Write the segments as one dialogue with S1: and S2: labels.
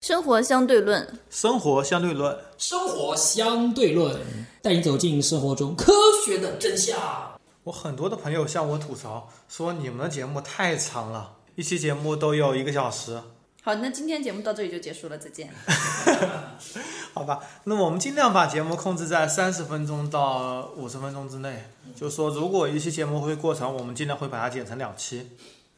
S1: 生活相对论，
S2: 生活相对论，
S3: 生活相对论，带你走进生活中科学的真相。
S2: 我很多的朋友向我吐槽说你们的节目太长了，一期节目都有一个小时。
S1: 好，那今天节目到这里就结束了，再见。
S2: 好吧，那么我们尽量把节目控制在三十分钟到五十分钟之内。就是说，如果一期节目会过长，我们尽量会把它剪成两期。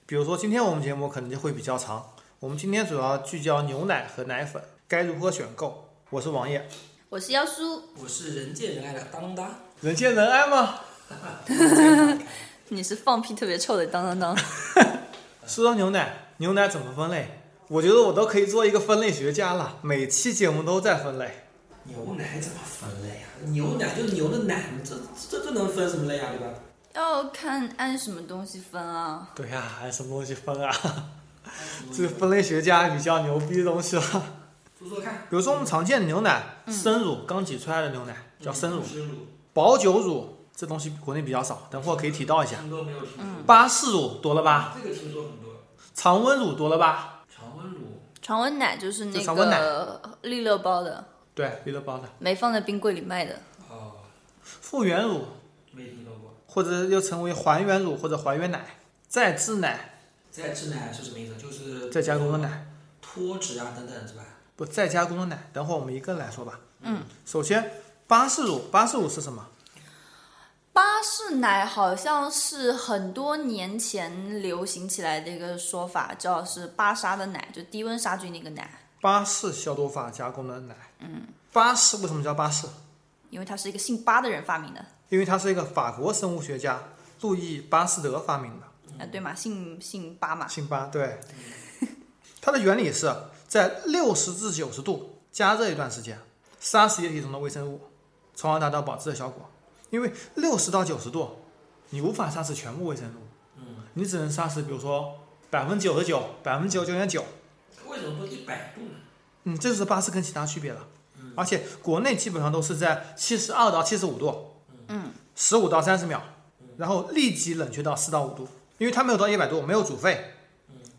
S2: 比如说，今天我们节目可能就会比较长。我们今天主要聚焦牛奶和奶粉该如何选购。我是王爷，
S1: 我是妖叔，
S3: 我是人见人爱的当当当，
S2: 人见人爱吗？
S1: 你是放屁特别臭的当当当。
S2: 说到牛奶，牛奶怎么分类？我觉得我都可以做一个分类学家了，每期节目都在分类。
S3: 牛奶怎么分类呀、啊牛奶就是牛的奶，这这这能分什么类啊？对吧？
S1: 要看按什么东西分啊？
S2: 对呀、还什么东西分啊？ 这分类学家比较牛逼的东西了。
S3: 说说看，
S2: 比如说我们常见的牛奶，生乳刚挤出来的牛奶
S3: 嗯
S2: 叫生乳，
S3: 生乳，
S2: 保久乳这东西国内比较少，等会儿可以提到一下。
S3: 听都没有听说，啊
S2: 巴氏乳多了吧？
S3: 这个听说很多，
S2: 常温乳多了吧？
S3: 常温乳，
S1: 常温奶就是那
S2: 就常温奶
S1: 个利乐包的，
S2: 对，娱乐包的
S1: 没放在冰柜里卖的。
S3: 哦，
S2: 复原乳，
S3: 没听说过。
S2: 或者又称为还原乳或者还原奶、再制奶、
S3: 再制奶是什么意思？就是
S2: 再加工的奶。
S3: 脱脂啊等等是吧？
S2: 不再加工的奶，等会儿我们一个来说吧。嗯，首先巴氏乳，巴氏乳是什么？
S1: 巴氏奶好像是很多年前流行起来的一个说法，叫是巴杀的奶，就低温杀菌那个奶，
S2: 巴氏消毒法加工的奶。嗯，巴氏为什么叫巴氏？
S1: 因为它是一个姓巴的人发明的。
S2: 因为它是一个法国生物学家路易巴斯德发明的，
S1: 啊，对嘛，姓姓巴嘛，
S2: 姓巴。对，它的原理是在六十至九十度加热一段时间，杀死液体中的微生物，从而达到保质的效果。因为六十到九十度，你无法杀死全部微生物，嗯，你只能杀死比如说百分之九十九、百分之九十九点九。
S3: 为什么不一百度呢？
S2: 嗯，这就是巴氏跟其他区别了。而且国内基本上都是在七十二到七十五度，嗯，十五到三十秒，然后立即冷却到四到五度，因为它没有到一百度，没有煮沸，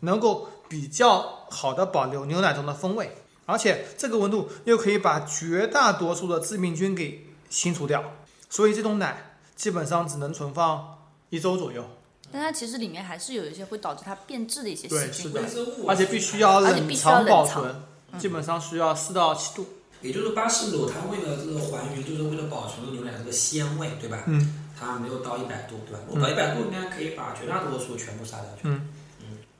S2: 能够比较好的保留牛奶中的风味，而且这个温度又可以把绝大多数的致病菌给清除掉，所以这种奶基本上只能存放一周左右，
S1: 但它其实里面还是有一些会导致它变质的一些
S2: 对
S1: 细
S2: 是
S1: 菌
S2: 的
S1: 的
S3: 微。生物啊，
S2: 而且必须要
S1: 而且必
S2: 冷
S1: 须要
S2: 藏保
S1: 冷藏嗯
S2: 存，基本上需要四到七度。
S3: 也就是巴氏乳，它为了这个还原，就是为了保存牛奶这个鲜味，对吧？
S2: 嗯，
S3: 它没有到一百度，对吧？如果到一百度，应该可以把绝大多数全部杀掉。
S2: 嗯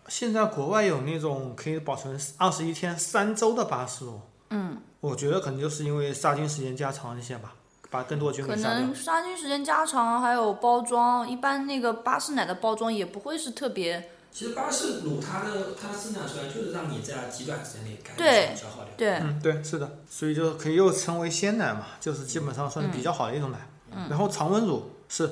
S2: 现在国外有那种可以保存二十一天、三周的巴氏乳，嗯，我觉得可能就是因为杀菌时间加长一些吧，把更多的菌
S1: 可
S2: 给杀掉
S1: 能。杀菌时间加长，还有包装，一般那个巴氏奶的包装也不会是特别
S3: 其实巴氏乳它的它生产出来就是让你在极短时间内赶
S1: 对
S3: 紧消耗掉。
S1: 对。
S2: 嗯，对，是的，所以就可以又称为鲜奶嘛，就是基本上算是比较好的一种奶。然后常温乳是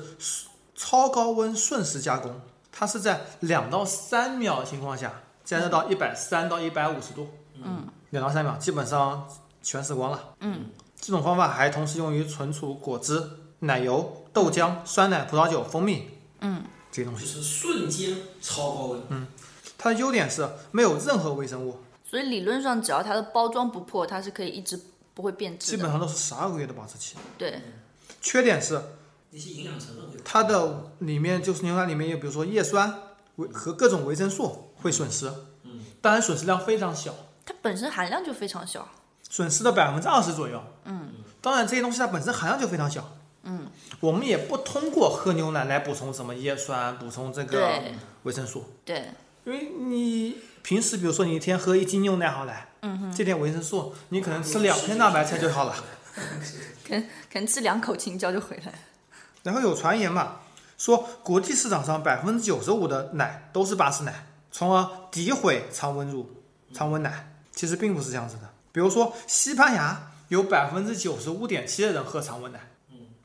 S2: 超高温瞬时加工，它是在两到三秒的情况下加热到一百三到一百五十度，嗯，两到三秒基本上全死光了。嗯，这种方法还同时用于存储果汁、奶油、豆浆、酸奶、葡萄酒、蜂蜜，嗯，这些东
S3: 就
S2: 西。
S3: 是瞬间超高温，
S2: 它的优点是没有任何微生物，
S1: 所以理论上，只要它的包装不破，它是可以一直不会变质
S2: 基
S1: 的。
S2: 本上都是十二个月的保质期。
S1: 对，
S2: 缺点是
S3: 那些营养成分会
S2: 它的里面就是牛奶里面有，比如说叶酸维和各种维生素会损失，嗯，当然损失量非常小，
S1: 它本身含量就非常小。
S2: 损失的百分之二十左右，嗯，当然这些东西它本身含量就非常小，嗯，我们也不通过喝牛奶来补充什么叶酸，补充这个
S1: 对
S2: 维生素，
S1: 对，
S2: 因为你平时比如说你一天喝一斤牛奶好了，嗯这点维生素你可能吃两片大白菜就好了。
S1: 可能 可能吃两口青椒就回来了。
S2: 然后有传言嘛，说国际市场上百分之九十五的奶都是巴氏奶，从而诋毁常温乳、常温奶。其实并不是这样子的。比如说，西班牙有百分之九十五点七的人喝常温奶，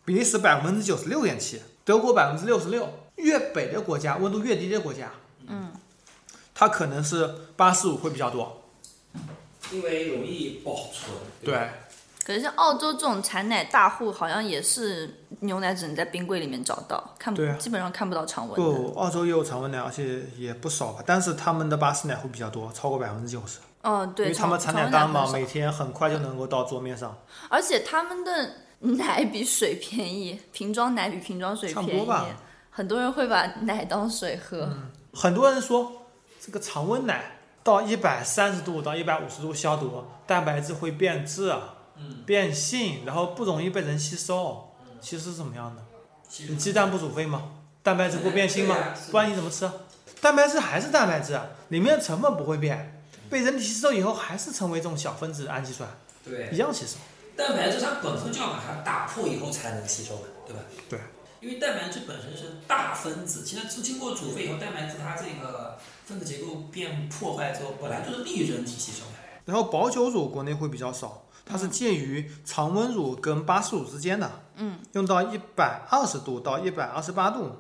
S2: 比利时百分之九十六点七，德国百分之六十六。越北的国家，温度越低的国家，嗯，它可能是巴氏乳会比较多。
S3: 因为容易保存。吧，
S2: 对，
S1: 可是像澳洲这种产奶大户，好像也是牛奶只能在冰柜里面找到，看不、
S2: 对啊
S1: 基本上看不到常温的。
S2: 不，澳洲也有常温奶，而且也不少吧，但是他们的巴氏奶会比较多，超过百分之九十。
S1: 嗯，
S2: 因
S1: 对，
S2: 为他们产
S1: 奶
S2: 奶单
S1: 很
S2: 嘛，
S1: 少
S2: 每天很快就能够到桌面上，
S1: 而且他们的奶比水便宜，瓶装奶比瓶装水
S2: 差不
S1: 便
S2: 多
S1: 宜
S2: 吧。嗯
S1: 很多人会把奶当水喝，
S2: 很多人说这个常温奶到一百三十度到一百五十度消毒，蛋白质会变质、啊
S3: 嗯，
S2: 变性，然后不容易被人吸收。其实是怎么样的？
S3: 其
S2: 你
S3: 实
S2: 鸡蛋不煮沸吗？蛋白质不变性吗
S3: 对啊是？的
S2: 不然你怎么吃啊？蛋白质还是蛋白质，啊，里面的成分不会变，被人体吸收以后还是成为这种小分子氨基酸，
S3: 对
S2: 一样吸收。
S3: 蛋白质它本身就要把它打破以后才能吸收嘛，对吧？
S2: 对，
S3: 因为蛋白质本身是大分子，其实经经过煮沸以后，蛋白质它这个分子结构变破坏之后，本来就是利于人体吸收的。
S2: 然后保酒乳国内会比较少，它是介于常温乳跟巴氏乳之间的，嗯，用到一百二十度到一百二十八度，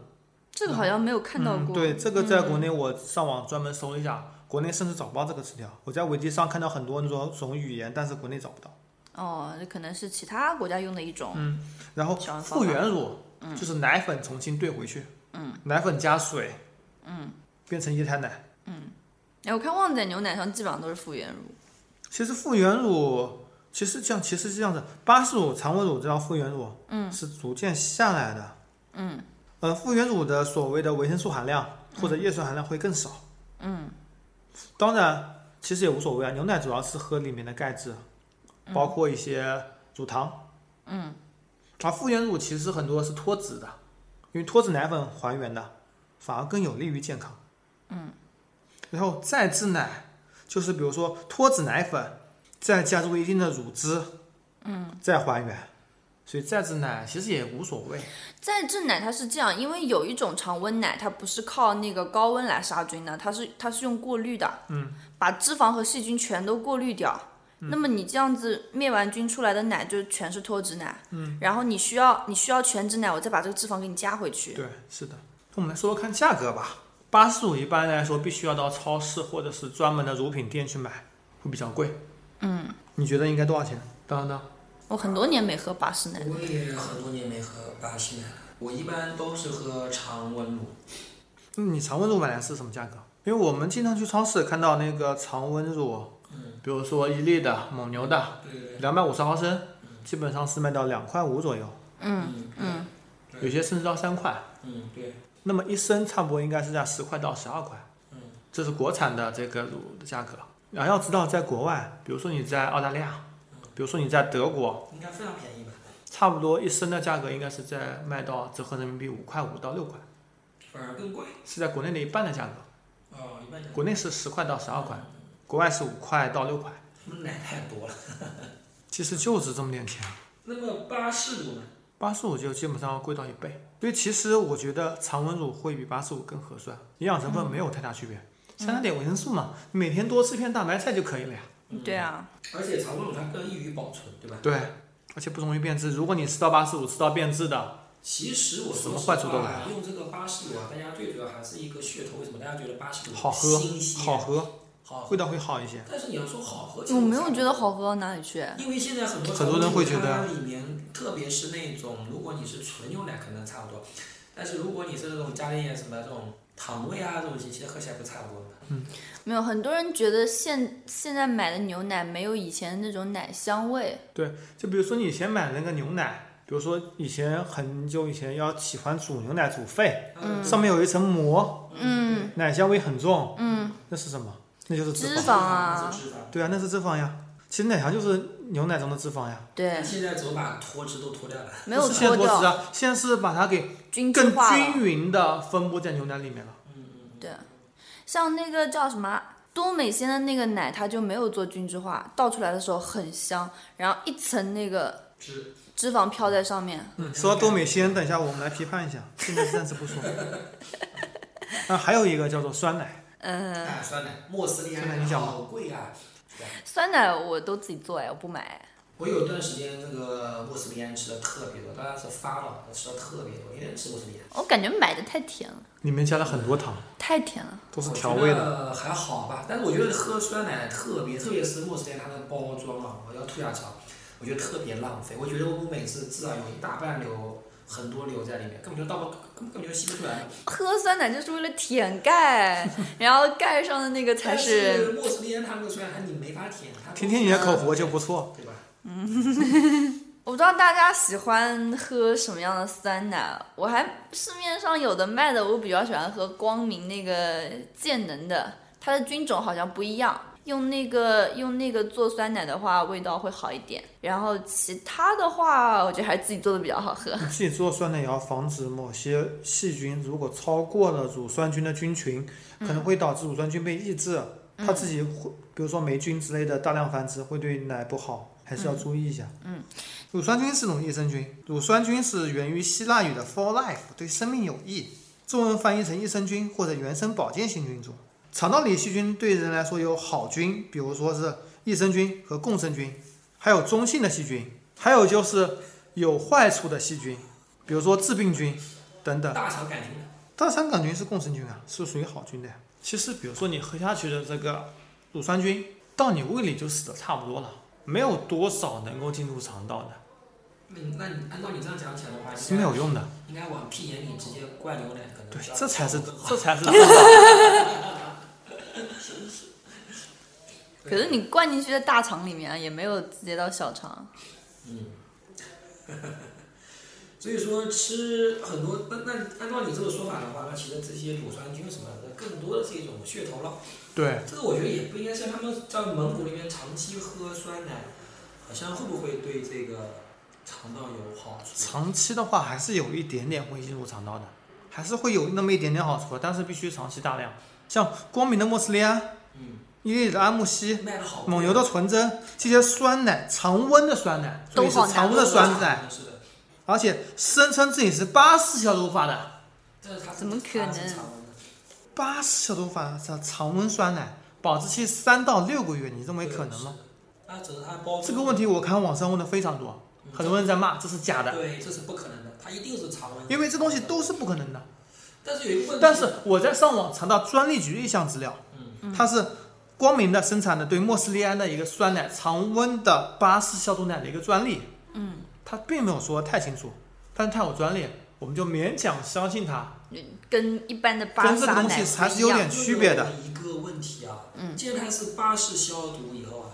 S1: 这个好像没有看到
S2: 嗯
S1: 过。
S2: 对，这个在国内我上网专门搜了一下，国内甚至找不到这个词条。我在维基上看到很多种种语言，但是国内找不到。
S1: 哦，这可能是其他国家用的一种。
S2: 嗯然后
S1: 小人方
S2: 复原乳就是奶粉重新兑回去，嗯，奶粉加水，嗯，变成液态奶。
S1: 哎，我看旺仔牛奶上基本上都是复原乳。
S2: 其实复原乳其实这样，其实是这样子，巴氏乳、常温乳这条复原乳，嗯，是逐渐下来的，嗯，呃，复原乳的所谓的维生素含量或者叶酸含量会更少，嗯，当然其实也无所谓啊，牛奶主要是喝里面的钙质，包括一些乳糖，嗯，而复原乳其实很多是脱脂的，因为脱脂奶粉还原的，反而更有利于健康，嗯，然后再制奶。就是比如说脱脂奶粉，再加入一定的乳汁，嗯，再还原，所以再制奶其实也无所谓。
S1: 再制奶它是这样，因为有一种常温奶，它不是靠那个高温来杀菌的，它是它是用过滤的，嗯，把脂肪和细菌全都过滤掉。
S2: 嗯
S1: 那么你这样子灭完菌出来的奶就全是脱脂奶，嗯，然后你需要你需要全脂奶，我再把这个脂肪给你加回去。
S2: 对，是的。那我们来说说看价格吧。八十五一般来说必须要到超市或者是专门的乳品店去买，会比较贵。嗯，你觉得应该多少钱？当然当，
S1: 我很多年没喝巴氏奶，
S3: 我也很多年没喝巴西奶了，我一般都是喝常温乳。
S2: 那你常温乳买来是什么价格？因为我们经常去超市看到那个常温乳，
S3: 嗯，
S2: 比如说伊利的、蒙牛的，
S3: 对对嗯对，
S2: 两百五十毫升，基本上是卖到两块五左右，
S3: 嗯嗯
S2: 有些甚至到三块。
S3: 嗯，对，
S2: 那么一升差不多应该是在十块到十二块，
S3: 嗯，
S2: 这是国产的这个乳的价格。然后要知道，在国外，比如说你在澳大利亚，比如说你在德国，
S3: 应该非常便宜吧？
S2: 差不多一升的价格应该是在卖到折合人民币五块五到六块，
S3: 反而更贵。
S2: 是在国内的一半的价格。
S3: 哦，一般
S2: 国内是十块到十二块，国外是五块到六块，
S3: 他们奶太多了。
S2: 其实就是这么点钱。
S3: 那么巴氏乳呢？
S2: 八十五就基本上要贵到一倍，所以其实我觉得常温乳会比八十五更合算，营养成分没有太大区别，掺加点维生素嘛，每天多吃片大白菜就可以了呀。
S1: 对啊，
S3: 而且常温乳它更易于保存，对吧？
S2: 对，而且不容易变质。如果你吃到八十五，吃到变质的，
S3: 其实我
S2: 什
S3: 说
S2: 么
S3: 实
S2: 坏处都来
S3: 话，用这个巴氏乳啊，大家最主要还是一个噱头。为什么大家觉得巴氏乳
S2: 好喝
S3: 新，鲜
S2: 好喝，
S3: 好喝
S2: 味道会好一些。
S3: 但是你要说好喝，其实
S1: 我没有
S3: 不
S1: 觉得好喝到哪里去。
S3: 因为现在很多
S2: 很多人会觉得
S3: 它里面，特别是那种如果你是纯牛奶可能差不多，但是如果你是那种加了一点什么这种糖味啊这种东西，其实喝起来不差不多嘛。
S1: 没有，很多人觉得现现在买的牛奶没有以前那种奶香味。
S2: 就比如说你以前买那个牛奶，比如说以前很久以前要喜欢煮牛奶煮沸，
S1: 嗯
S2: 上面有一层膜，
S1: 嗯
S2: 奶香味很重，
S1: 嗯，
S2: 那是什么？那就是脂
S1: 脂
S2: 肪。
S1: 肪啊
S3: 脂肪。
S2: 对啊，那是脂肪呀。其实奶糖就是牛奶中的脂肪呀，
S1: 对，
S3: 现在怎么把脱脂都脱掉了？
S1: 没有
S2: 不是现在
S1: 脱
S2: 多吃
S1: 掉，
S2: 啊，现在是把它给
S1: 均质
S2: 更
S1: 化了。
S2: 均匀的分布在牛奶里面了。
S1: 像那个叫什么多美鲜的那个奶，它就没有做均质化，倒出来的时候很香，然后一层那个
S3: 脂
S1: 脂肪飘在上面。
S2: 嗯，说到多美鲜，等一下我们来批判一下，现在暂时不说。 啊，还有一个叫做酸奶，
S1: 嗯，
S3: 啊酸奶、莫斯利
S2: 酸奶你想
S3: 安
S2: 吗
S3: 好贵啊！
S1: 酸奶我都自己做哎，我不买。
S3: 我有一段时间那个莫斯利安吃的特别多，当然是发了，吃的特别多，因为吃莫斯利安。
S1: 我感觉买的太甜了，
S2: 里面加了很多糖，
S1: 太甜了。
S2: 都是调味的。
S3: 的，还好吧。但是我觉得喝酸奶特别，特别是莫斯利安它的包装啊，我要吐下槽，我觉得特别浪费。我觉得我每次至少有一大半有很多硫在里面，根本就倒不根根本就吸不出来。
S1: 喝酸奶就是为了舔钙， 然后钙上的那个才
S3: 但
S1: 是
S3: 是莫斯利安它那个酸它你没法舔，它
S2: 听听你的口活就不错。
S3: 对吧？
S1: 我不知道大家喜欢喝什么样的酸奶，我还市面上有的卖的，我比较喜欢喝光明那个健能的，它的菌种好像不一样。用那个用那个做酸奶的话，味道会好一点。然后其他的话，我觉得还是自己做的比较好喝。
S2: 你自己做酸奶也要防止某些细菌，如果超过了乳酸菌的菌群，可能会导致乳酸菌被抑制，它自己会，比如说霉菌之类的大量繁殖，会对奶不好，还是要注意一下。嗯，乳酸菌是种益生菌，乳酸菌是源于希腊语的 for life，对生命有益，中文翻译成益生菌或者原生保健性菌种。肠道里细菌对人来说有好菌，比如说是益生菌和共生菌，还有中性的细菌，还有就是有坏处的细菌，比如说致病菌等等。
S3: 大肠杆菌
S2: 大肠杆菌是共生菌啊，是属于好菌的呀。其实，比如说你喝下去的这个乳酸菌，到你胃里就死的差不多了，没有多少能够进入肠道的，
S3: 那你那你按照你这样讲起来的话，
S2: 是没有用的。
S3: 应该应该往屁眼里直接灌牛奶，可能
S2: 对
S3: 效，果
S2: 这才是
S3: 更好
S2: 这才是
S1: 可是你灌进去在大肠里面，啊也没有直接到小肠。
S3: 所以说吃很多，那那按照你这个说法的话，那其实这些乳酸菌什么的，更多的是一种噱头了。
S2: 对，
S3: 这个我觉得也不应该像他们在蒙古那边长期喝酸奶，好像会不会对这个肠道有好处？
S2: 长期的话还是有一点点会进入肠道的，还是会有那么一点点好处，但是必须长期大量。像光明的莫斯利安、
S3: 嗯，
S2: 伊利的安慕希、
S3: 卖的好贵。
S2: 蒙牛的纯甄，这些酸奶常温的酸奶，
S1: 都
S2: 所以是
S1: 好
S2: 常
S1: 难啊
S2: 温的酸奶，，
S3: 是的，
S2: 而且声称自己是八十小时无法的，
S3: 但是它
S1: 怎么可能
S3: 它是常温的
S2: 八十小时无法是常温酸奶，保质期三到六个月，你认为可能吗？？
S3: 那只是它包
S2: 这个问题我看网上问的非常多，很多人在骂这是假的，
S3: 对，这是不可能的，它一定是常温的。
S2: 因为这东西都是不可能的。
S3: 但是有一个问题，
S2: 但是我在上网查到专利局的一项资料，它是光明的生产的对莫斯利安的一个酸奶常温的巴氏消毒奶的一个专利。嗯，它并没有说太清楚，但是它有专利，我们就勉强相信它。
S1: 跟一般的巴
S2: 跟这个
S1: 萨
S2: 东
S1: 奶
S2: 西还
S1: 不
S2: 是
S1: 一
S2: 有
S1: 样
S2: 点区别的。
S3: 一个问题啊，嗯，既然它是巴氏消毒以后啊，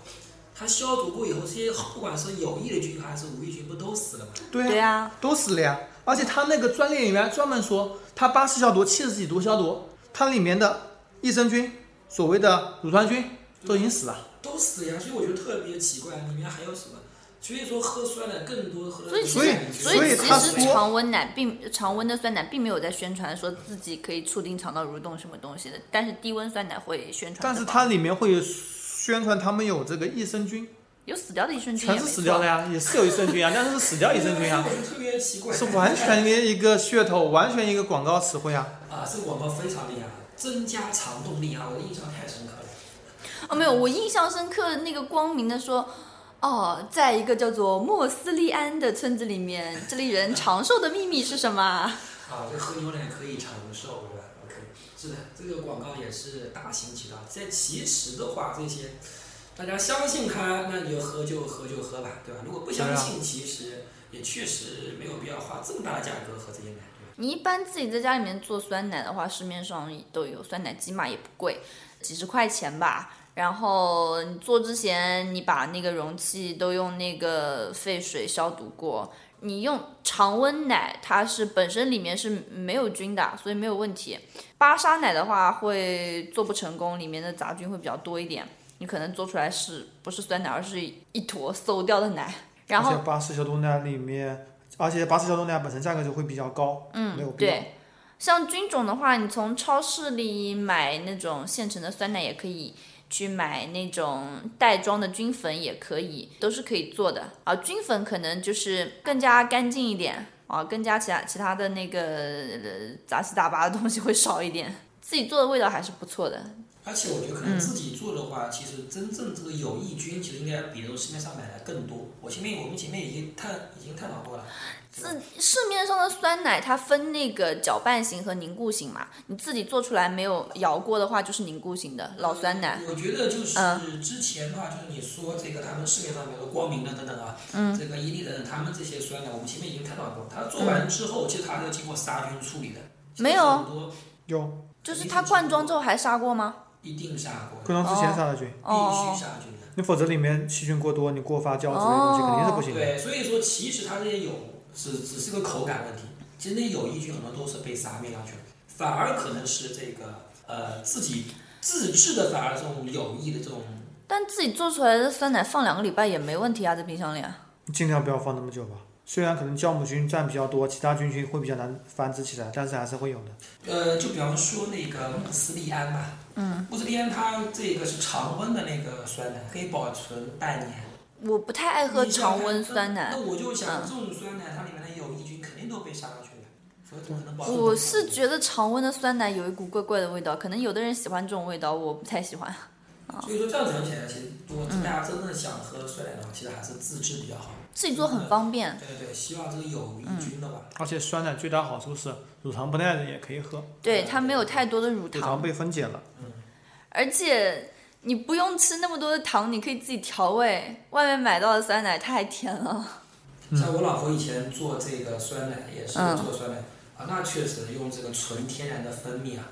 S3: 它消毒过以后，这些不管是有益的菌还是无益菌，不都死了吗？
S2: 对
S1: 对
S2: 呀、
S1: 啊，
S2: 都死了呀。而且它那个专利里面专门说，它巴氏消毒、七十几毒消毒，它里面的益生菌、所谓的乳酸菌都已经死了。
S3: 都死呀，所以我觉得特别奇怪，里面还有什么？所以说喝酸奶更多喝
S1: 所以其
S2: 所以
S1: 实，所以
S2: 所
S1: 其
S2: 以他
S1: 实
S2: 说
S1: 常温奶并常温的酸奶并没有在宣传说自己可以促进肠道蠕动什么东西的，但是低温酸奶会宣传这个。
S2: 但是它里面会宣传他们有这个益生菌，
S1: 有死掉的益生菌也
S2: 全
S1: 没
S2: 是
S1: 错，
S2: 死掉的呀，也是有益生菌啊， 但是是死掉益生菌啊
S3: 我，觉得特别奇怪，
S2: 是完全的一个噱头，完全一个广告词汇啊。
S3: 啊，是我们非常厉害，增加肠动力啊，我的印象太深刻了。
S1: 哦，没有，我印象深刻的那个光明的说。哦，在一个叫做莫斯利安的村子里面，这里人长寿的秘密是什么？
S3: 啊，这喝牛奶可以长寿，对吧？OK，是的，这个广告也是大行其道。在其实的话，这些大家相信它，那你就喝就喝就喝吧，对吧？如果不相信，其实也确实没有必要花这么大的价格喝这些奶，对吧？
S1: 你一般自己在家里面做酸奶的话，市面上都有酸奶机嘛，也不贵，几十块钱吧。然后你做之前，你把那个容器都用那个沸水消毒过。你用常温奶，它是本身里面是没有菌的，所以没有问题。巴沙奶的话会做不成功，里面的杂菌会比较多一点，你可能做出来是不是酸奶，而是一坨馊掉的奶。然
S2: 而
S1: 后
S2: 且巴氏消毒奶里面，而且巴氏消毒奶本身价格就会比较高，嗯，没有必要。
S1: 对，像菌种的话，你从超市里买那种现成的酸奶也可以，去买那种袋装的菌粉也可以，都是可以做的啊。菌粉可能就是更加干净一点啊，更加其他其他的那个、呃杂七杂八的东西会少一点，自己做的味道还是不错的。
S3: 而且我觉得可能自己做的话，其实真正这个有益菌，其实应该比如市面上买的更多。我前面我们前面已经探已经探讨过了，对吧
S1: 自市面上的酸奶它分那个搅拌型和凝固型嘛，你自己做出来没有摇过的话就是凝固型的老酸奶。
S3: 呃我觉得就是
S1: 嗯
S3: 之前的话，就是你说这个他们市面上比如说光明的等等啊，
S1: 嗯
S3: 这个伊利的他们这些酸奶，我们前面已经探讨过，它做完之后，其实它是经过杀菌处理的，
S1: 没有
S3: 很多
S2: 有
S1: 就是它灌装之后还杀过吗？
S3: 一定杀过的，
S2: 灌装之前杀了菌，
S3: 必须
S1: 哦，
S3: 杀菌的。
S2: 你否则里面细菌过多，你过发酵之类的东西
S1: 哦
S2: 肯定是不行的。
S3: 对，所以说其实它这些有只只是个口感问题，其实那有益菌很多都是被杀灭掉去了，反而可能是这个呃自己自制的，反而这种有益的这种
S1: 但自己做出来的酸奶放两个礼拜也没问题啊，在冰箱里啊。
S2: 尽量不要放那么久吧。虽然可能酵母菌占比较多，其他菌群会比较难繁殖起来，但是还是会有的。
S3: 呃，就比方说那个穆斯利安吧，嗯，穆斯利安它这个是常温的那个酸奶，可以保存半年。
S1: 我不太爱喝
S3: 你想
S1: 常温
S3: 看
S1: 酸奶
S3: 那，我就
S1: 嗯
S3: 想，这种酸奶它里面的有益菌肯定都被杀掉去了，所以怎么可能保存
S1: 我
S3: 半
S1: 是
S3: 年
S1: 觉得常温的酸奶有一股怪怪的味道，可能有的人喜欢这种味道，我不太喜欢。
S3: 所以说这样讲起来，其实如果大家真的想喝酸奶的话，其实还是自制比较好。
S1: 自己做很方便，
S3: 对对对，希望这个有益菌的吧。
S2: 而且酸奶最大好处是乳糖不耐的也可以喝，
S1: 对它没有太多的乳
S2: 乳糖
S1: 糖，
S2: 被分解了。
S1: 而且你不用吃那么多的糖，你可以自己调味。外面买到的酸奶太甜了，
S3: 像我老婆以前做这个酸奶，也是
S1: 嗯
S3: 做酸奶、啊，那确实用这个纯天然的蜂蜜啊，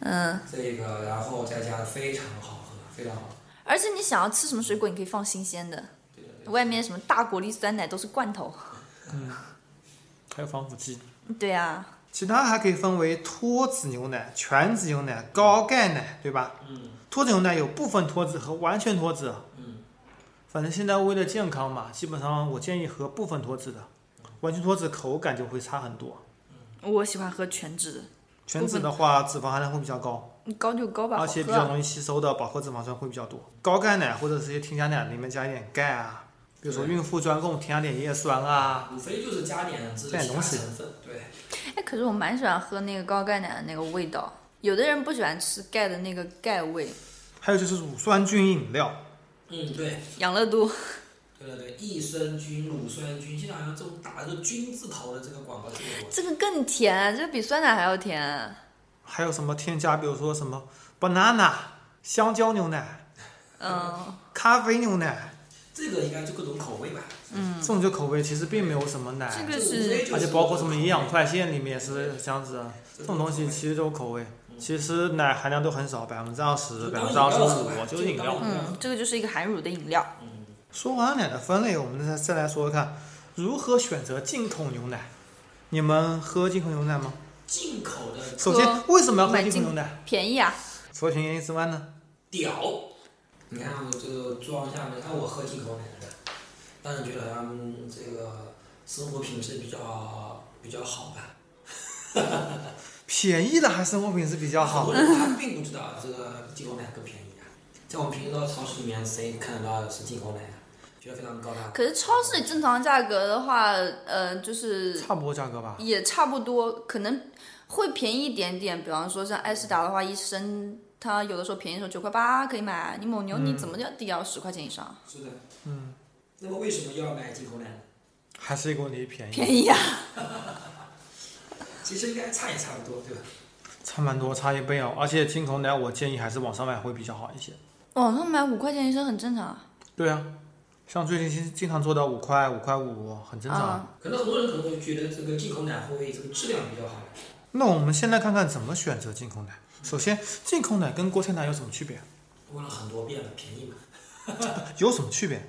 S1: 嗯，
S3: 这个然后再加非常好喝，非常好喝。
S1: 而且你想要吃什么水果，你可以放新鲜的。外面什么大果粒酸奶都是罐头，
S2: 还有防腐剂。
S1: 对啊，
S2: 其他还可以分为脱脂牛奶、全脂牛奶、高钙奶，对吧？
S3: 嗯。
S2: 脱脂牛奶有部分脱脂和完全脱脂。
S3: 嗯。
S2: 反正现在为了健康嘛，基本上我建议喝部分脱脂的，完全脱脂口感就会差很多。
S1: 我喜欢喝全脂
S2: 全脂的话，脂肪含量会比较高，
S1: 的，高就高吧，好
S2: 而啊且比较
S1: 喝。啊
S2: 容易吸收的饱和脂肪酸会比较多。高钙奶或者是一些添加奶里面加一点钙啊，比如说孕妇专供添加点叶酸啊，
S3: 无非就是加点
S2: 加
S3: 这个
S2: 点
S3: 其他
S2: 东西
S3: 成分，对，
S1: 哎，可是我蛮喜欢喝那个高钙奶的那个味道，有的人不喜欢吃钙的那个钙味，
S2: 还有就是乳酸菌饮料。
S3: 嗯对，
S1: 养乐多。
S3: 对对对，益生菌、乳酸菌，现在好像这种打了个菌字头的这个广告特别多。
S1: 这个更甜，啊这个比酸奶还要甜。啊
S2: 还有什么添加，比如说什么 banana 香蕉牛奶、
S1: 嗯，
S2: 咖啡牛奶，
S3: 这个应该就各种口味吧，
S2: 这种就口味其实并没有什么奶，
S1: 这个
S3: 这
S1: 是
S3: 无非就是
S2: 而且包括什么营养
S3: 块，
S2: 快线里面也是这样子，啊这种东西其实都有口味。
S3: 嗯
S2: 其实奶含量都很少，百分之二十、
S3: 就
S2: 百
S3: 当
S2: 分
S3: 饮
S2: 之二十
S3: 料喝
S2: 五，
S3: 吧
S2: 就是饮料。
S1: 嗯，这个就是一个含乳的饮料。
S3: 嗯，
S2: 说完了奶的分类，我们再再来说说看，如何选择进口牛奶。你们喝进口牛奶吗？
S3: 进口的
S2: 首先，为什么要喝
S1: 买
S2: 进口
S1: 进
S2: 牛奶？
S1: 便宜啊，
S2: 除了便宜之外呢？
S3: 屌，你看我这个装一下，你看我喝进口奶的，当然觉得他们这个生活品质比较比较好吧。
S2: 便宜的还生活品质比较
S3: 很
S2: 好
S3: 多。人他并不知道这个进口奶更便宜啊，在我们平时到超市里面，谁看得到是进口奶啊？觉得非常高大。
S1: 可是超市正常价格的话，呃，就是
S2: 差不多价格吧。
S1: 也差不多，可能会便宜一点点。比方说像爱仕达的话，一升它有的时候便宜的时候九块八可以买，啊你蒙牛你怎么要得要十块钱以上？
S3: 是的，嗯。那么为什么要买进口奶呢？
S2: 还是一个问题便宜，
S1: 便宜啊，
S3: 其实应该差也差不多，对吧？
S2: 差蛮多，差一倍哦。而且进口奶我建议还是网上买会比较好一些。
S1: 网上买五块钱一升很正常啊。
S2: 对啊，像最近经经常做到五块、五块五，很正常。
S1: 啊
S3: 可能很多人可能会觉得这个进口奶会这个质量比较好。
S2: 那我们先来看看怎么选择进口奶。首先，进口奶跟锅贴奶有什么区别？
S3: 问了很多遍了，便宜嘛。
S2: 有什么区别？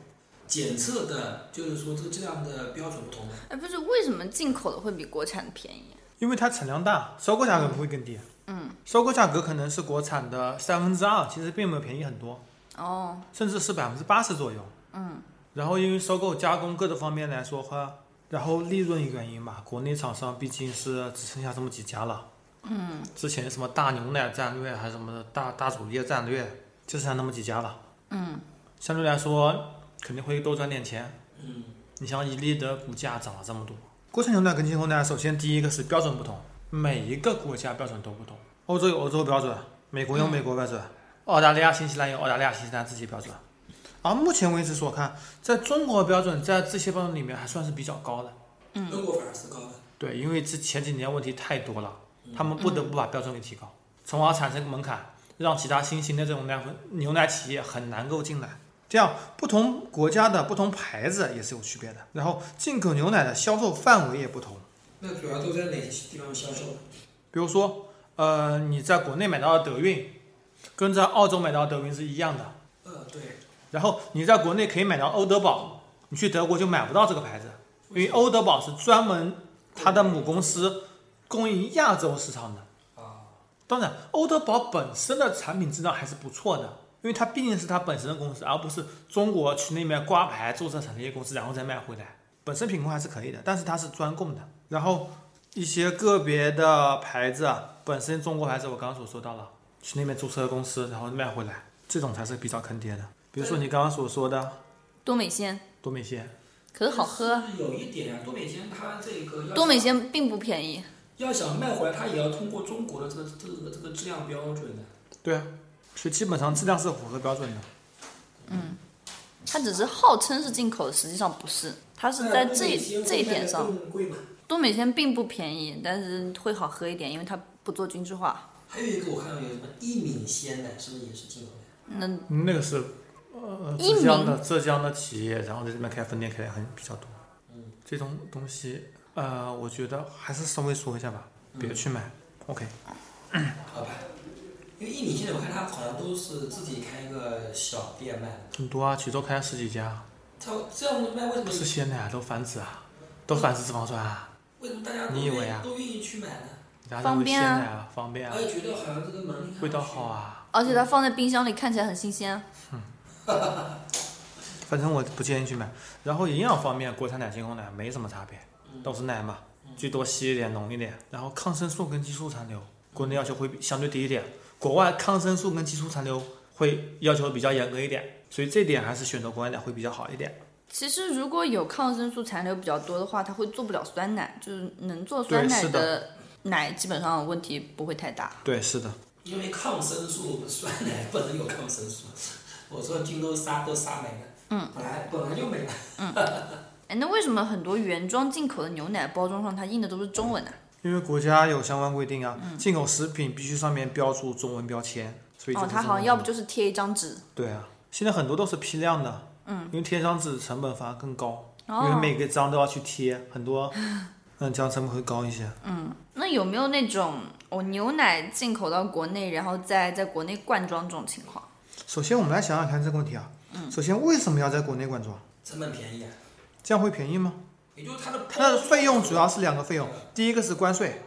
S3: 检测的就是说这个质量的标准不同嘛。
S1: 哎，不是，为什么进口的会比国产的便宜？啊
S2: 因为它产量大，收购价格不会更低。嗯，收购价格可能是国产的三分之二，其实并没有便宜很多，
S1: 哦，
S2: 甚至是百分之八十左右。
S1: 嗯，
S2: 然后因为收购、加工各个方面来说的话，然后利润原因嘛，国内厂商毕竟是只剩下这么几家了。嗯，之前什么大牛奶战略，还是什么大大主业战略，就剩下那么几家了。嗯，相对来说肯定会多赚点钱。
S3: 嗯，
S2: 你像伊利的股价涨了这么多，国产牛奶跟进口奶，首先第一个是标准不同，每一个国家标准都不同。欧洲有欧洲标准，美国有美国标准，澳大利亚、新西兰有澳大利亚、新西兰自己标准。而目前为止所看，在中国标准在这些标准里面还算是比较高的。
S1: 嗯
S3: 中国反而是高的。
S2: 对，因为之前几年问题太多了，他们不得不把标准给提高，从而产生门槛，让其他新型的这种奶粉牛奶企业很难够进来。这样，不同国家的不同牌子也是有区别的，然后进口牛奶的销售范围也不同。
S3: 那主要都在哪些地方销售？
S2: 比如说，呃，你在国内买到的德运，跟在澳洲买到的德运是一样的。
S3: 呃，对，
S2: 然后你在国内可以买到欧德堡，你去德国就买不到这个牌子，因为欧德堡是专门它的母公司供应亚洲市场的。
S3: 啊，
S2: 当然，欧德堡本身的产品质量还是不错的，因为它毕竟是它本身的公司，而不是中国去那边挂牌注册成立一个公司然后再卖回来，本身品控还是可以的，但是它是专供的。然后一些个别的牌子啊，本身中国牌子我刚刚所说到了，去那边注册个公司然后卖回来，这种才是比较坑爹的。比如说你刚刚所说的
S1: 多美鲜，
S2: 多美鲜，
S1: 可是好喝。。
S3: 有一点啊，多美鲜它这个要想
S1: 多美鲜并不便宜，
S3: 要想卖回来，它也要通过中国的这个这个这个质量标准的。
S2: 对啊，所以基本上质量是符合标准的。
S1: 它只是号称是进口，实际上不是。它是在
S3: 哎
S1: 这这一点上，
S3: 更贵嘛。
S1: 多美鲜并不便宜，但是会好喝一点，因为它不做均质化。
S3: 还有一个我看到有什么一敏鲜奶，是不是也是进口的？
S1: 那
S2: 那个是呃
S1: 一
S2: 浙江的浙江的企业，然后在这边开分店开的很比较多。
S3: 嗯，
S2: 这种东西呃，我觉得还是稍微说一下吧，别去买。OK，
S3: 好吧。因为一敏现在我看它好像都是自己开一个小店卖，
S2: 很多啊，衢州开了十几家，
S1: 嗯
S3: 它这样子卖为什
S2: 不是
S3: 么
S2: 鲜奶啊，都反脂啊，都反式脂肪酸啊，
S3: 为什么大家都
S2: 你以为
S3: 愿意
S2: 啊
S3: 都愿意去买呢？
S2: 大家认
S1: 方
S2: 为
S1: 便
S2: 鲜
S1: 啊
S2: 奶啊方便啊
S3: 而，且觉得好像这个门槛
S2: 味道好。啊。
S1: 而且它放在冰箱里看起来很新鲜。啊
S2: 反正我不建议去买。然后营养方面，国产奶、进口奶没什么差别，都是奶嘛，最多稀一点、浓一点。然后抗生素跟激素残留，国内要求会比相对低一点，国外抗生素跟激素残留会要求比较严格一点，所以这点还是选择国外奶会比较好一点。
S1: 其实如果有抗生素残留比较多的话，它会做不了酸奶，就是能做
S2: 对
S1: 酸奶
S2: 是
S1: 的奶基本上问题不会太大。
S2: 对，是的，
S3: 因为抗生素酸奶不能有抗生素，我说菌都杀都杀没了，嗯，本来本来就没了，
S1: 哎，那为什么很多原装进口的牛奶包装上它印的都是中文呢、啊
S2: 因为国家有相关规定啊，进口食品必须上面标注中文标签，所以就
S1: 哦，
S2: 是
S1: 它
S2: 中
S1: 好像
S2: 文
S1: 要不就是贴一张纸。
S2: 对啊，现在很多都是批量的，嗯，因为贴张纸成本反而更高，因为
S1: 哦，
S2: 每个章都要去贴，很多，嗯，这样成本会高一些。
S1: 那有没有那种我、牛奶进口到国内，然后再在国内灌装这种情况？
S2: 首先，我们来想想看这个问题啊。首先，为什么要在国内灌装？
S3: 成本便宜啊，
S2: 这样会便宜吗？
S3: 也就是它的
S2: 它的费用主要是两个费用
S3: 嗯，
S2: 第一个是关税，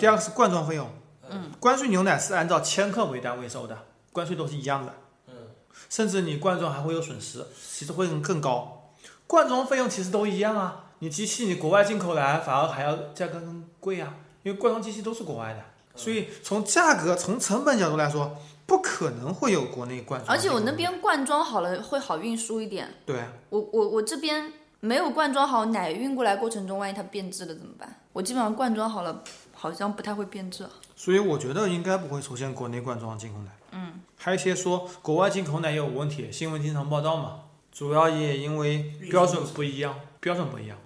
S2: 第二个是灌装费用。
S3: 嗯，
S2: 关税牛奶是按照千克为单位收的，关税都是一样的，
S3: 嗯，
S2: 甚至你灌装还会有损失，其实会更高。灌装费用其实都一样啊，你机器你国外进口来反而还要价格更贵啊，因为灌装机器都是国外的，
S3: 嗯
S2: 所以从价格从成本角度来说，不可能会有国内灌装。
S1: 而且我那边灌装好了会好运输一点，
S2: 对。
S1: 我我我这边没有灌装好，奶运过来过程中万一它变质了怎么办？我基本上灌装好了，好像不太会变质啊。
S2: 所以我觉得应该不会出现国内灌装进口奶。嗯，还有一些说国外进口奶也有问题，新闻经常报道嘛，主要也因为标准不一样，标准不一样，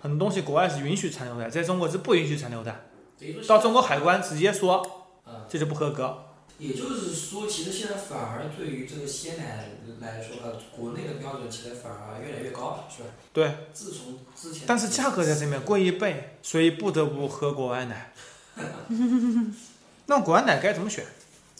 S2: 很多东西国外是允许残留的，在中国是不允许残留的，
S3: 等于说
S2: 到中国海关直接说
S3: 啊，
S2: 这就不合格。
S3: 也就是说，其实现在反而对于这个鲜奶来说呢，国内的标准其实反而越来越高了，是吧？
S2: 对，
S3: 自从之前，
S2: 但是价格在这边贵一倍，所以不得不喝国外奶。那国外奶该怎么选？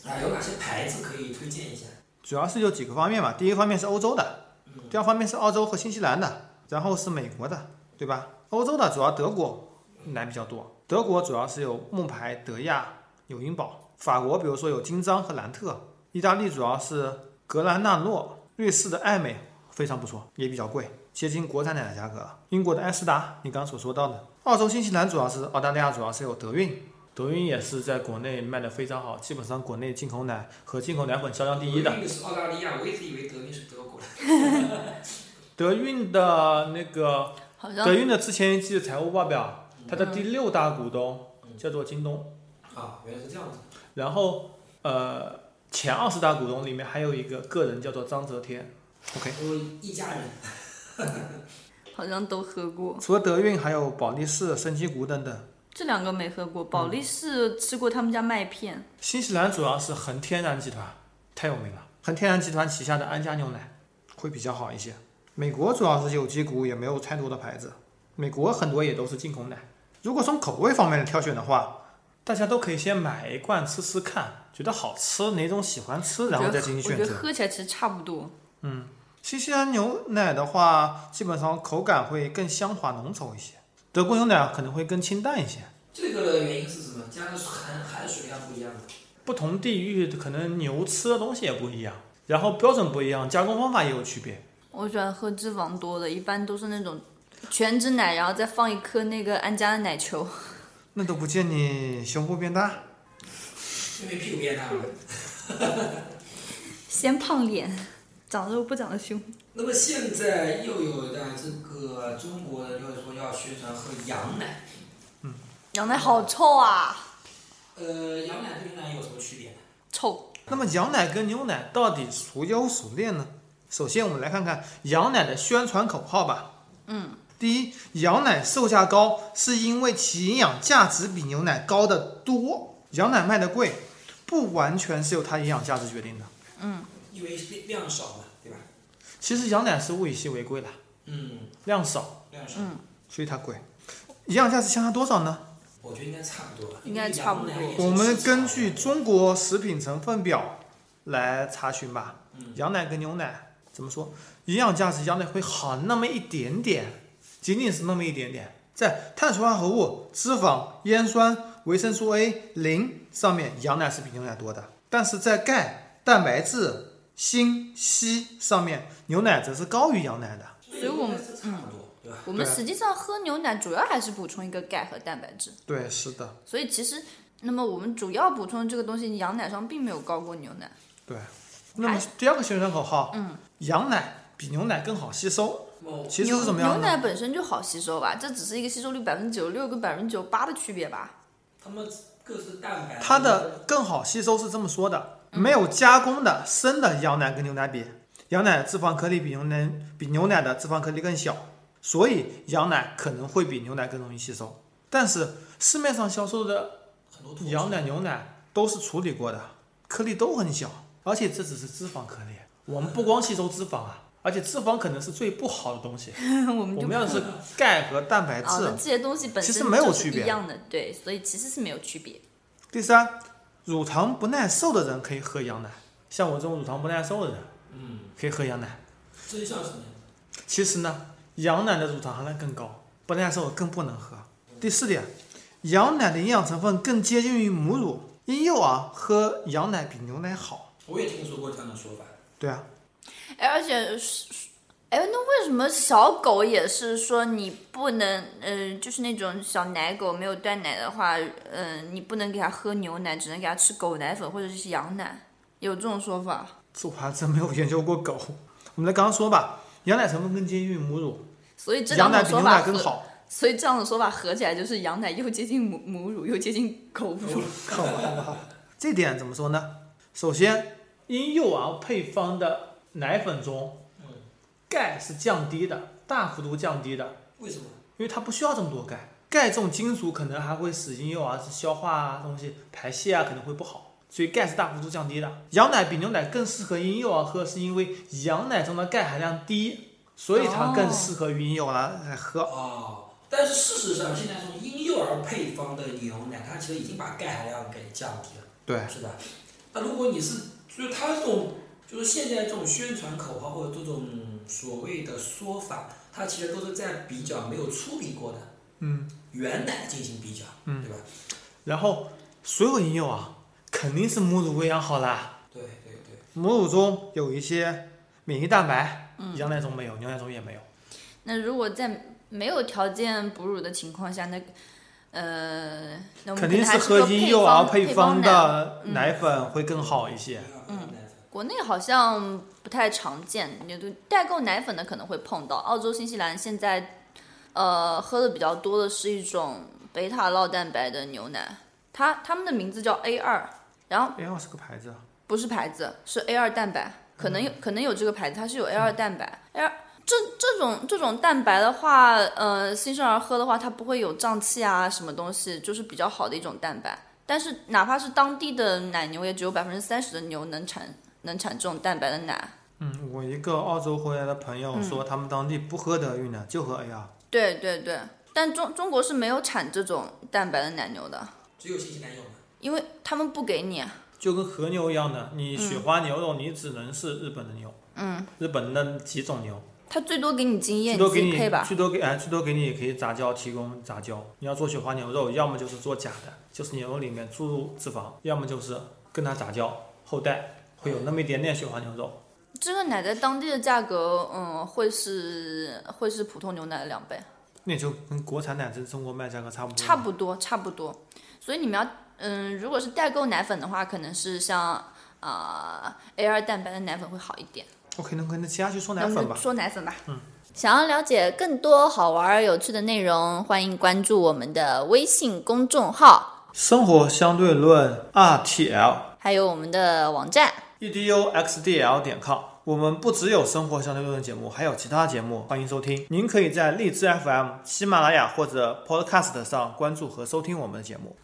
S3: 啊，有哪些牌子可以推荐一下？
S2: 主要是有几个方面嘛，第一个方面是欧洲的，第二方面是澳洲和新西兰的，然后是美国的，对吧？欧洲的主要德国奶比较多，德国主要是有木牌、德亚、有英宝；法国比如说有金章和兰特；意大利主要是格兰纳诺；瑞士的艾美非常不错，也比较贵，接近国产奶的价格了。英国的埃斯达，你刚刚所说到的，澳洲、新西兰主要是澳大利亚主要是有德运。德运也是在国内卖的非常好，基本上国内进口奶和进口奶粉销量第一的。
S3: 德运是澳大利亚，啊我一直以为德运是德国的。
S2: 德运的那个
S1: 好像
S2: 德运的之前一季的财务报表，它的第六大股东
S3: 嗯
S2: 叫做京东，
S3: 啊，原来是这样子。
S2: 然后呃，前二十大股东里面还有一个个人叫做张泽天。OK，
S3: 我一家人，
S1: 好像都喝过。
S2: 除了德运，还有保利士、生机股等等。
S1: 这两个没喝过，保利士吃过他们家麦片，
S2: 新西兰主要是恒天然集团，太有名了。恒天然集团旗下的安佳牛奶会比较好一些。美国主要是有机股，也没有太多的牌子。美国很多也都是进口奶。如果从口味方面来挑选的话，大家都可以先买一罐吃吃看，觉得好吃哪种喜欢吃，然后再进行
S1: 我
S2: 选
S1: 觉得
S2: 择。
S1: 喝起来其实差不多。
S2: 新西兰牛奶的话，基本上口感会更香滑浓稠一些，德国牛奶可能会更清淡一些。
S3: 这个的原因是什么？加的含含水量不一样吗
S2: 不同地域可能牛吃的东西也不一样，然后标准不一样，加工方法也有区别。
S1: 我喜欢喝脂肪多的，一般都是那种全脂奶，然后再放一颗那个安佳的奶球。
S2: 那都不见你胸部变大，
S3: 因为屁股啊变大了。
S1: 先胖脸，长肉不长胸。
S3: 那么现在又有的这个中国的就是说要宣传喝羊奶，
S1: 羊奶好臭啊！
S3: 呃，羊奶跟牛奶有什么区别呢？
S1: 臭，
S2: 那么羊奶跟牛奶到底孰优孰劣呢？首先，我们来看看羊奶的宣传口号吧。嗯，第一，羊奶售价高是因为其营养价值比牛奶高得多，羊奶卖得贵，不完全是由它营养价值决定的。
S3: 因为量少嘛，对吧？
S2: 其实羊奶是物以稀为贵的，
S3: 嗯，
S2: 量少，
S3: 量少，
S1: 嗯
S2: 所以它贵。营养价值相差多少呢？
S3: 我觉得应该差不多吧。
S1: 应该差不多
S3: 因为羊奶也是
S2: 我们根
S3: 吃
S2: 据
S3: 草的
S2: 中国食品成分表来查询吧。羊奶跟牛奶怎么说？营养价值，羊奶会好那么一点点，仅仅是那么一点点。在碳水化合物、脂肪、烟酸、维生素 A、磷上面，羊奶是比牛奶多的。但是在钙、蛋白质、锌、硒上面，牛奶则是高于羊奶的。
S1: 所以我们
S3: 应该是差不多，对吧？
S1: 我们
S2: 对啊
S1: 实际上喝牛奶主要还是补充一个钙和蛋白质，
S2: 对，是的，
S1: 所以其实那么我们主要补充这个东西，羊奶上并没有高过牛奶。
S2: 对。那么第二个宣传口号，嗯，羊奶比牛奶更好吸收，
S3: 某
S2: 其实是怎么样
S1: 牛
S2: 呢？
S1: 奶本身就好吸收吧，这只是一个吸收率百分之九十六跟百分之九八的区别吧。
S3: 他们各自蛋白，
S2: 它的更好吸收是这么说的：没有加工的生的羊奶跟牛奶比，羊奶的脂肪颗粒比牛奶比牛奶的脂肪颗粒更小，所以羊奶可能会比牛奶更容易吸收。但是市面上销售的
S3: 很多
S2: 羊奶、牛奶都是处理过的，颗粒都很小，而且这只是脂肪颗粒。我们不光吸收脂肪啊，而且脂肪可能是最不好的东西。
S1: 我们
S2: 我
S1: 就
S2: 们要的是钙和蛋白
S1: 啊，
S2: 质。
S1: 那这些东西本身
S2: 其实没有
S1: 就是
S2: 区别
S1: 一样的，对，所以其实是没有区别。
S2: 第三，乳糖不耐受的人可以喝羊奶，像我这种乳糖不耐受的人，嗯，可以喝羊奶。
S3: 真相是什么？
S2: 其实呢，羊奶的乳糖含量更高，不耐受更不能喝。第四点，羊奶的营养成分更接近于母乳，婴幼儿喝羊奶比牛奶好。
S3: 我也听说过这样的说法。
S2: 对啊，
S1: 哎，而且是，哎，那为什么小狗也是说你不能，呃，就是那种小奶狗没有断奶的话，呃，你不能给它喝牛奶，只能给它吃狗奶粉或者是羊奶，有这种说法？
S2: 这我还真没有研究过狗。我们来刚刚说吧，羊奶成分更接近于母乳，
S1: 所以这
S2: 羊
S1: 两
S2: 奶
S1: 种
S2: 比
S1: 说
S2: 牛
S1: 法
S2: 奶更
S1: 合，
S2: 好。
S1: 所以这样的说法合起来就是羊奶又接近母母乳，又接近狗
S2: 嗯
S1: 乳。
S2: 好吧，好吧，好吧这点怎么说呢？首先，婴幼儿配方的奶粉中，钙是降低的，大幅度降低的，
S3: 为什么？
S2: 因为它不需要这么多钙。钙这种金属可能还会使婴幼儿消化啊、东西排泄啊可能会不好，所以钙是大幅度降低的。羊奶比牛奶更适合婴幼儿喝，是因为羊奶中的钙含量低，所以它更适合于婴幼儿来喝。
S3: 哦，但是事实上，现在从婴幼儿配方的牛奶，它其实已经把钙含量给降低了，
S2: 对，
S3: 是吧？那如果你是，就是它这种，就是现在这种宣传口号或者这种所谓的说法，它其实都是在比较没有处理过的
S2: 嗯。
S3: 原奶进行比较，
S2: 嗯
S3: 对吧？
S2: 然后，所有婴幼儿肯定是母乳喂养好啦。
S3: 对对对，
S2: 母乳中有一些免疫蛋白，
S1: 嗯
S2: 羊奶中没有，牛奶中也没有。
S1: 那如果在没有条件哺乳的情况下，那呃，那我们
S2: 肯
S1: 可
S2: 定
S1: 能还是
S2: 喝
S1: 说
S2: 婴幼儿
S1: 配奶嗯
S2: 方的奶粉会更好一些。
S3: 嗯，
S1: 国内好像不太常见，有的代购奶粉的可能会碰到。澳洲、新西兰现在，呃，喝的比较多的是一种贝塔酪蛋白的牛奶，它它们的名字叫 A 二，然后
S2: 哎，我是个牌子啊，
S1: 不是牌子，是 A 二蛋白，可能有、
S2: 嗯
S1: 可能有这个牌子，它是有 A 二蛋白。A 二这这种这种蛋白的话，呃，新生儿喝的话，它不会有胀气啊，什么东西，就是比较好的一种蛋白。但是哪怕是当地的奶牛，也只有百分之三十的牛能产能产这种蛋白的奶。
S2: 嗯，我一个澳洲回来的朋友说，他们当地不喝德育奶，就喝 AR。
S1: 对对对，但中中国是没有产这种蛋白的奶牛的，
S3: 只有新西兰有嘛？
S1: 因为他们不给你。
S2: 就跟和牛一样的，你雪花牛肉你只能是日本的牛，嗯，日本的几种牛，
S1: 他最多给你经
S2: 最
S1: 验，你
S2: 多
S1: 自
S2: 给
S1: 己
S2: 你
S1: 配吧。
S2: 最多给哎，最多给你也可以杂交提供杂交。你要做雪花牛肉，要么就是做假的，就是牛肉里面注入脂肪，要么就是跟它杂交后代会有那么一点点雪花牛肉。
S1: 这个奶在当地的价格，嗯，会是会是普通牛奶的两倍，
S2: 那也就跟国产奶在中国卖价格差不多，
S1: 差不多，差不多。所以你们要，嗯，如果是代购奶粉的话，可能是像啊、A 二蛋白的奶粉会好一点。
S2: OK，那跟那其他去说
S1: 那
S2: 奶
S1: 我
S2: 粉
S1: 们
S2: 吧。嗯
S1: 说奶粉吧。
S4: 想要了解更多好玩儿有趣的内容，欢迎关注我们的微信公众号，
S2: 生活相对论 RTL
S4: 还有我们的网站。
S2: eduxdl 点 com。我们不只有生活相对论节目，还有其他节目，欢迎收听。您可以在荔枝 FM、喜马拉雅或者 Podcast 上关注和收听我们的节目。